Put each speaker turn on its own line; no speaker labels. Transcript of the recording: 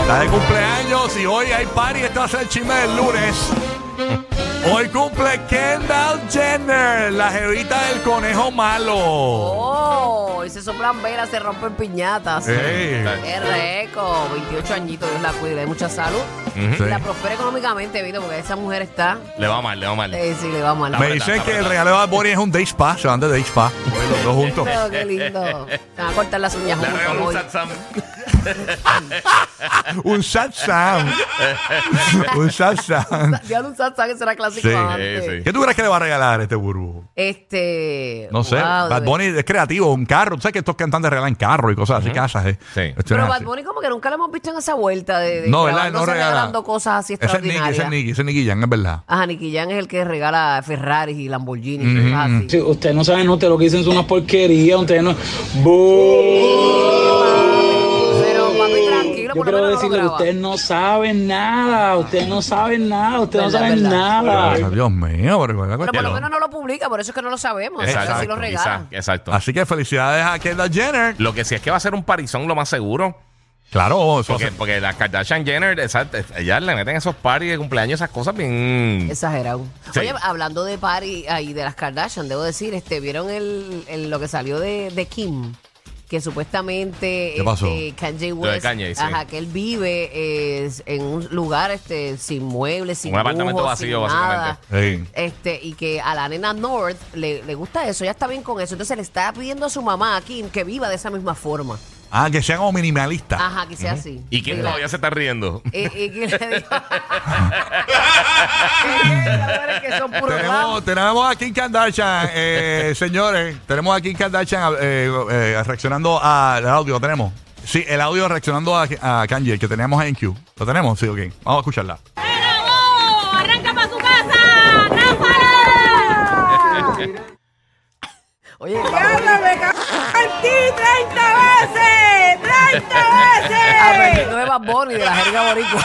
Está de cumpleaños y hoy hay party. Esto es el chisme del lunes. Hoy cumple Kendall Jenner, la jevita del conejo malo.
Oh, y se soplan velas, se rompen piñatas.
Ey.
Qué rico. 28 añitos, Dios la cuide. Mucha salud.
Sí.
Y la prospera económicamente, Vito, porque esa mujer está.
Le va mal, le va mal.
Eh, sí, le va mal.
Me dicen que el regalo de Bad Bunny es un day spa. Se van de day spa. Hoy los dos juntos.
Pero Oh, qué lindo. Se van a cortar las uñas
Le
juntos
regalo un
hoy.
satsam.
Un satsang. un satsang.
Diablo, un satsang, que será clásico
Sí,
antes.
sí, sí.
¿Qué tú crees que le va a regalar este burbu?
Este.
No sé.
wow, de
Bad Bunny es creativo. Un carro. Tú sabes que estos cantantes regalan carro y cosas así, casas. ¿eh?
Sí.
Cuestiones
Pero Bad
así.
Bunny como que nunca lo hemos visto en esa vuelta de, de
No, ¿verdad? No
grabándose
regala.
regalando cosas así
Ese es Nicky,
extraordinarias.
ese es Nicky, ese es Nicky Jam, es verdad.
Ajá, Nicky Jam es el que regala Ferraris y Lamborghinis y cosas así.
Si ustedes no saben, no, ustedes lo que dicen es una porquería, ustedes no... ¡Bú!
Pero papi, tranquilo,
Yo
por lo
quiero
menos no lo
decirle que
graba.
ustedes no saben nada, ustedes no saben nada, ustedes no
Verdad,
saben
verdad.
nada.
Ay, Dios mío, pero la
Pero por lo
cuestión.
menos no lo publica, por eso es que no lo sabemos.
Exacto,
Exacto. Si lo regala.
quizá, exacto.
Así que felicidades a Kendall Jenner.
Lo que sí es que va a ser un parizón lo más seguro.
Claro, eso
Porque,
hace-
porque las Kardashian Jenner, exacto, ellas le meten esos parties de cumpleaños, esas cosas bien.
Exagerado.
Sí.
Oye, hablando de party ahí de las Kardashian, debo decir, este, ¿vieron el, el- lo que salió de, de Kim? Que supuestamente
¿Qué pasó?
este, Kanye
de
West,
Kanye, sí.
ajá, que él vive eh, en un lugar este, sin muebles, sin
Un apartamento
lujos,
vacío,
sin nada.
básicamente.
Sí.
Este, y que a la nena North le, le gusta eso, ella está bien con eso. Entonces le está pidiendo a su mamá, a Kim, que viva de esa misma forma.
Ah, que sean como minimalistas.
Ajá, que sea así.
¿Y quién
Mira.
todavía se está riendo?
Y, y Eh, que le dijo. Cabrones que son puros
Tenemos,
ramos.
tenemos a Kim Kardashian, eh, señores. Tenemos a Kim Kardashian eh, eh, reaccionando al audio. Lo tenemos. Sí, el audio reaccionando a, a Kanye, que teníamos en Q. ¿Lo tenemos? Sí, ok. Vamos a escucharla.
¡Bravo! ¡Arranca para su casa! ¡Trámpala!
Oye,
¡Llámame, cabrón! ¡Ti 30 veces! ¡30 veces!
aprendiendo de Bad Bunny de la jerga boricua.